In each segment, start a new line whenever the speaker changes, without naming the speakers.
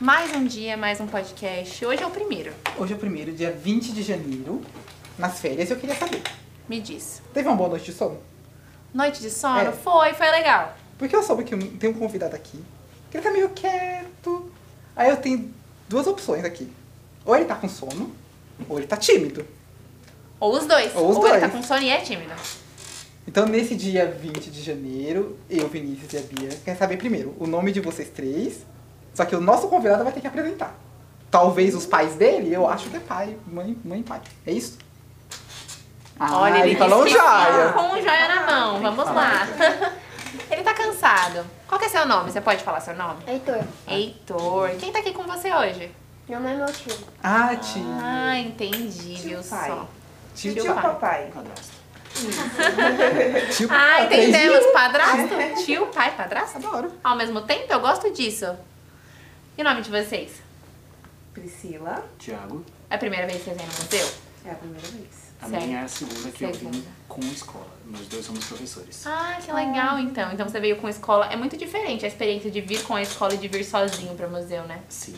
Mais um dia, mais um podcast. Hoje é o primeiro.
Hoje é o primeiro, dia 20 de janeiro. Nas férias, eu queria saber.
Me diz.
Teve uma boa noite de sono?
Noite de sono?
É.
Foi, foi legal.
Porque eu soube que tem um convidado aqui, que ele tá meio quieto. Aí eu tenho duas opções aqui. Ou ele tá com sono, ou ele tá tímido.
Ou os dois.
Ou os
ele tá
dois.
com sono e é tímido.
Então, nesse dia 20 de janeiro, eu, Vinícius e a Bia, quer saber primeiro o nome de vocês três. Só que o nosso convidado vai ter que apresentar. Talvez os pais dele, eu acho que é pai, mãe, mãe e pai. É isso? Ah,
Olha, ele,
falou
disse que
joia.
sim, com um joia na mão. Vamos lá. ele tá cansado. Qual que é seu nome? Você pode falar seu nome?
Heitor,
Ah.
Heitor. Quem tá aqui com você hoje?
minha mãe é meu tio.
Ah, tio.
Ah, entendi,
Tio
viu
pai.
só.
Tio,
Tio
Tio
pai.
papai.
tio
Ah,
três
entendemos. Padrasto. Tio, pai, padrasto.
Adoro.
Ao mesmo tempo, eu gosto disso. E o nome de vocês?
Priscila.
Tiago,
É a primeira vez que vocês vêm no museu?
É a primeira vez.
a
Certo.
minha é a segunda que eu vim
Segunda.
com escola. Nós dois somos professores.
Ah,
É.
que legal então. Então você veio com escola. É muito diferente a experiência de vir com a escola e de vir sozinho para museu, né?
Sim.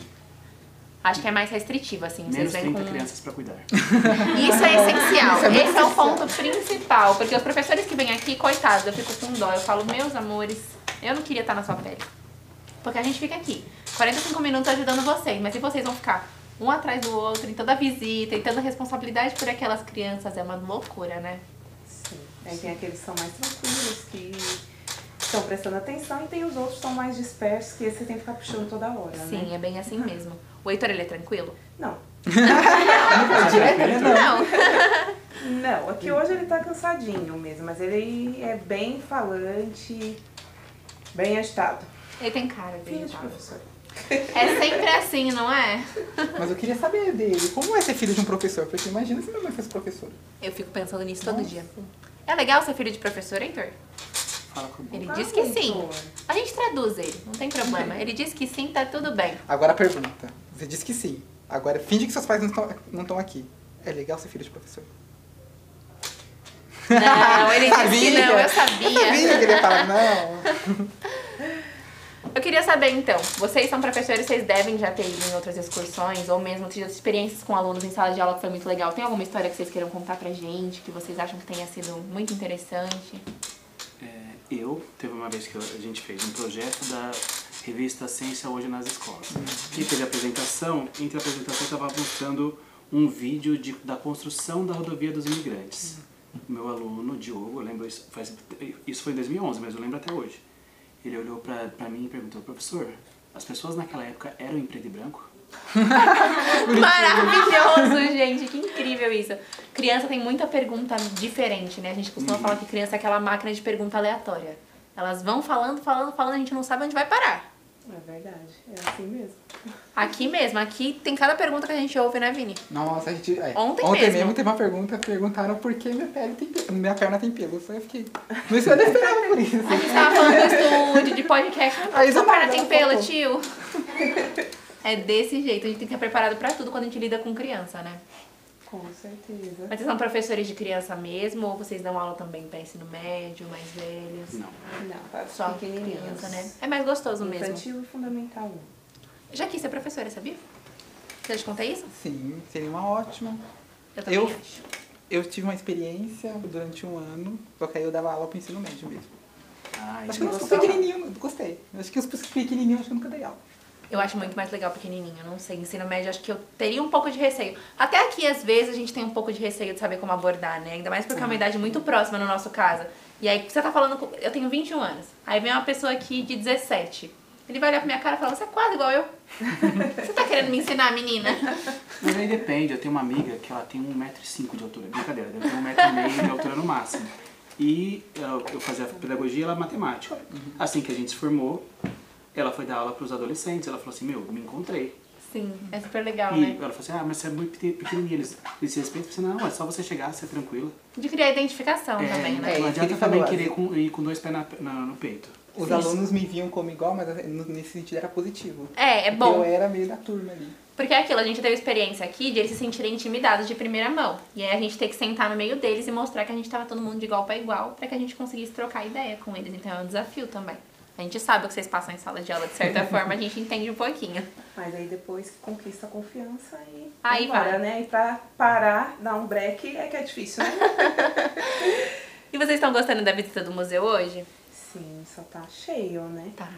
Acho que é mais restritivo, assim. Vocês
Menos
vêm
30
com...
crianças pra cuidar.
Isso é essencial.
Isso é muito
Esse é o ponto principal. Porque os professores que vêm aqui, coitados, eu fico com dó. Eu falo, meus amores, eu não queria estar na sua pele. Porque a gente fica aqui, 45 minutos ajudando vocês. Mas se vocês vão ficar um atrás do outro, em toda visita, em toda responsabilidade por aquelas crianças, é uma loucura, né?
Sim. Aí tem aqueles que são mais tranquilos, que estão prestando atenção, e tem os outros que são mais dispersos, que esse você tem que ficar puxando toda hora, né?
Sim, é bem assim mesmo. O Heitor, ele é tranquilo?
Não.
Ah, direto, né?
Não.
Não, aqui hoje ele tá cansadinho mesmo, mas ele é bem falante, bem agitado.
Ele tem cara de
Filho de
irritado.
professor.
É sempre assim, não é?
Mas eu queria saber dele, como é ser filho de um professor? Porque imagina se minha mãe fosse professora.
Eu fico pensando nisso
Né?
todo dia. É legal ser filho de professor, Heitor?
Fala com o
Ele
bom.
diz que
Ah,
sim.
Heitor.
A gente traduz ele, não tem problema. Ele diz que sim, tá tudo bem.
Agora a pergunta, você disse que sim. Agora finge que seus pais não estão não tão aqui. É legal ser filho de professor?
Não, ele disse que
Sabia.
não, eu
Eu sabia
sabia.
que ele ia falar, não.
Eu queria saber então, vocês são professores, vocês devem já ter ido em outras excursões ou mesmo tido experiências com alunos em sala de aula que foi muito legal. Tem alguma história que vocês queiram contar pra gente, que vocês acham que tenha sido muito interessante?
É, eu, teve uma vez que eu- a gente fez um projeto da revista Ciência Hoje nas Escolas. E teve apresentação, entre a apresentação estava mostrando um vídeo de- da construção da rodovia dos imigrantes. Meu aluno, Diogo, eu lembro, isso, faz- isso foi em 2011, mas eu lembro até hoje. Ele olhou pra pra mim e perguntou, professor, as pessoas naquela época eram em preto e branco?
Maravilhoso, gente. Que incrível isso. Criança tem muita pergunta diferente, né? A gente costuma falar que criança é aquela máquina de pergunta aleatória. Elas vão falando, falando, falando, a gente não sabe onde vai parar.
É verdade, é assim mesmo.
Aqui mesmo, aqui tem cada pergunta que a gente ouve, né, Vini?
Nossa, a gente... é.
Ontem
Ontem
mesmo.
mesmo teve uma pergunta, perguntaram por que minha, pele tem pelo, minha perna tem pelo. Eu fiquei, não é sei eu não esperava por isso.
A gente tava falando do estúdio, de podcast.
Aí
Sua
do nada
perna tem
ela
pelo,
soltou.
tio. É desse jeito, a gente tem que estar preparado pra tudo quando a gente lida com criança, né?
Com certeza.
Mas vocês são professores de criança mesmo ou vocês dão aula também pra ensino médio, mais velhos?
Não.
Não, para
Só
os pequenininhos.
criança, né? É mais gostoso mesmo.
Infantil e fundamental 1.
Já quis ser é professora, sabia? Você te contei isso?
Sim, seria uma ótima.
Eu também
Eu?
acho.
Eu tive uma experiência durante um ano, só que aí eu dava aula pro ensino médio mesmo.
Ah,
Acho
isso
que eu
não
não
gostou.
sou pequenininho, gostei. Acho que os pequenininhos acho que eu nunca dei aula.
Eu acho muito mais legal pequenininho, não sei. Ensino médio, acho que eu teria um pouco de receio. Até aqui, às vezes, a gente tem um pouco de receio de saber como abordar, né? Ainda mais porque é uma idade muito próxima no nosso caso. E aí, você tá falando, com- eu tenho 21 anos. Aí vem uma pessoa aqui de 17. Ele vai olhar pra minha cara e falar, você é quase igual eu. você tá querendo me ensinar, menina?
Mas aí depende, eu tenho uma amiga que ela tem 1,5m de altura. Brincadeira, deve ter 1,5m de altura no máximo. E ela- eu fazia pedagogia e ela é matemática.
Uhum.
Assim que a gente se formou, ela foi dar aula para os adolescentes. Ela falou assim, meu, me encontrei.
Sim, é super legal,
e
né?
ela falou assim, ah, mas você é muito pequ- pequenininha. Eles, eles se respeitam. Eu falei, não, é só você chegar, ser tranquila.
De criar identificação
É,
também, né?
é,
Não
isso que
adianta
ele falou,
também
assim.
querer com- ir com dois pés na- na- no peito.
Os
Sim.
alunos me viam como igual, mas no- nesse sentido era positivo.
É, é
Porque Eu
bom.
era meio da turma ali.
Porque é aquilo, a gente teve experiência aqui de eles se sentirem intimidados de primeira mão. E aí a gente ter que sentar no meio deles e mostrar que a gente tava todo mundo de igual pra igual pra que a gente conseguisse trocar ideia com eles. Então é um desafio também. A gente sabe o que vocês passam em sala de aula, de certa forma, a gente entende um pouquinho.
Mas aí depois que conquista a confiança e
Aí
embora,
vai.
né? E pra parar, dar um break é que é difícil, né?
E vocês estão gostando da visita do museu hoje?
Sim, só tá cheio, né?
Tá.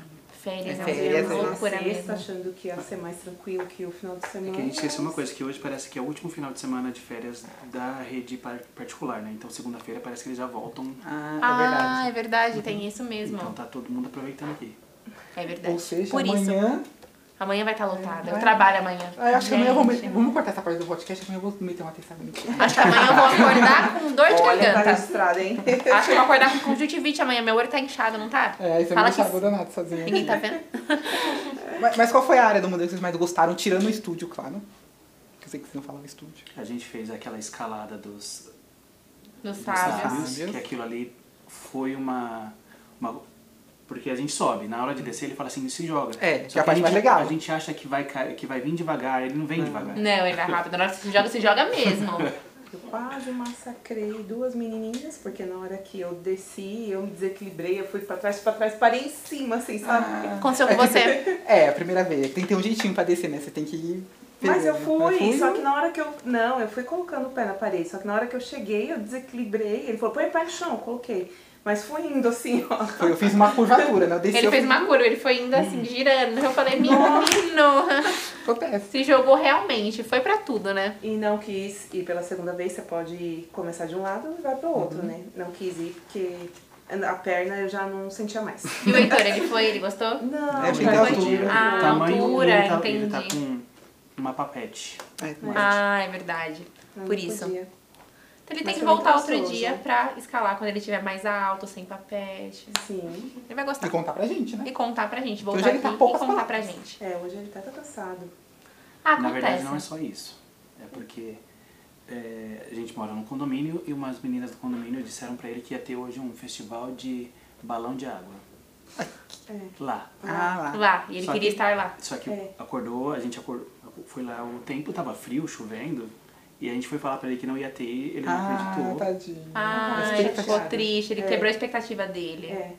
Férias,
É
é
férias,
uma loucura
na
mesmo.
sexta,
É
achando que ia ser mais tranquilo que o final de
É
semana.
que a gente esqueceu uma
mas-
coisa, que hoje parece que é o último final de semana de férias da rede par- particular, né? Então segunda-feira parece que eles já voltam.
Ah, é verdade.
Ah, é verdade, tem isso mesmo.
Então tá todo mundo aproveitando aqui.
É verdade.
Ou seja,
Por isso,
amanhã.
amanhã vai estar lotada. Eu
Vai.
trabalho amanhã.
Ah, eu acho que amanhã eu vou me-
Gente,
Vamos cortar essa parte do podcast, amanhã eu vou meter uma terça mentira.
Acho que amanhã eu vou acordar com dor de
Olha, tá
garganta.
registrado, hein?
Acho que eu vou acordar com conjuntivite amanhã. Meu olho tá inchado, não tá?
É, isso é
Fala
meio
que
sábado danado sozinho.
ninguém tá vendo.
Mas, mas qual foi a área do modelo que vocês mais gostaram, tirando o estúdio, claro? Que eu sei que vocês não falavam estúdio.
A gente fez aquela escalada dos,
Não
dos
sabe.
sábios, que aquilo ali foi uma, uma- Porque a gente sobe, na hora de descer ele fala assim, se joga.
É, que é
Só
a parte
gente,
mais legal.
A gente acha que vai, ca- que vai vir devagar, ele não vem devagar. É,
Não, ele vai rápido. Na hora que você joga, você joga mesmo.
Eu quase massacrei duas menininhas, porque na hora que eu desci, eu me desequilibrei, eu fui pra trás, pra trás, parei em cima, assim, sabe?
Ah.
Aconteceu com você.
É, a primeira vez. Tem que ter um jeitinho pra descer, né? Você tem que ir.
Mas eu
pegando.
fui, só que na hora que eu. Não, eu fui colocando o pé na parede, só que na hora que eu cheguei, eu desequilibrei. Ele falou, põe o pé no chão, eu coloquei. Mas fui indo assim, ó.
Foi, eu fiz uma curvatura, né? Eu desci.
Ele
eu
fez
fui-
uma curva, ele foi indo assim, girando. Eu falei, menino,
Acontece.
se jogou realmente. Foi pra tudo, né?
E não quis ir pela segunda vez, você pode começar de um lado e vai pro outro, né? Não quis ir porque a perna eu já não sentia mais.
E o Heitor, ele foi? Ele gostou?
Não,
É,
não
tem
foi
altura.
Ah,
divertido.
O tá né? tamanho
altura,
ele tá, ele tá
entendi.
com uma papete.
É, mas-
Ah, é verdade.
Não,
Por
não
isso.
podia.
Então ele tem
Mas
que
foi muito
voltar outro
gostoso.
dia pra escalar quando ele tiver mais alto, sem papete.
Sim.
Ele vai gostar.
E contar pra gente, né?
E contar pra gente, voltar
hoje
aqui
ele tá
e
poucas
contar pra
palavras.
gente.
É, hoje ele tá até cansado.
Na verdade,
Acontece.
não é só isso. É porque é, a gente mora num condomínio e umas meninas do condomínio disseram pra ele que ia ter hoje um festival de balão de água.
É.
Lá.
Ah, lá.
Lá, e ele
Só
queria
que-
estar lá.
Só que
É.
acordou, a gente acordou, foi lá, o tempo tava frio, chovendo, e a gente foi falar pra ele que não ia ter, ele não
Ah,
acreditou.
tadinho.
Ah,
Mas
ele
fica
ficou
chateado.
triste, ele
tipo É.
quebrou a expectativa dele.
É.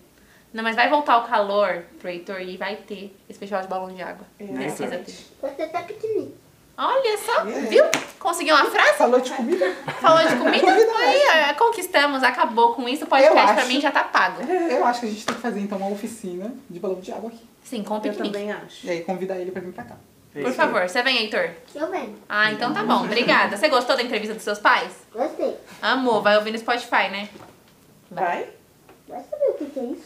Não, mas vai voltar o calor pro Heitor e vai ter esse festival de balão de água.
É,
Né,
Precisa
Heitor?
ter.
Você tá pequenininho.
Olha só,
É.
viu? Conseguiu uma frase?
Ah, Falou
É.
de comida?
Falou de comida? Aí, é, conquistamos, acabou com isso. O
Eu
podcast
acho.
pra mim já tá pago.
É, Eu acho que a gente tem que fazer então uma oficina de balão de água aqui.
Sim, com o
Eu
piquenique. É.
também acho.
E aí convidar ele pra vir pra cá.
É
Por
isso.
favor, você vem, Heitor.
Eu venho.
Ah, então tá bom. Obrigada. Você gostou da entrevista dos seus pais?
Gostei.
Amor, vai ouvir no Spotify, né?
Vai?
Vai saber o que que é isso?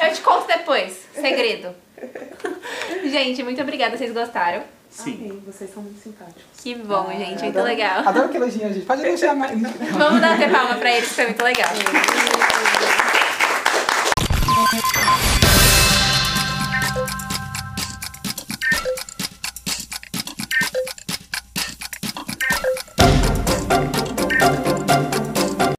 Eu te conto depois. Segredo. Gente, muito obrigada. Vocês gostaram?
Sim.
Amei, vocês são muito simpáticos.
Que bom, gente. Muito
Adoro-
legal.
Adoro que elogiem a gente. Pode elogiar mais.
Vamos dar até palma pra eles, que foi muito legal.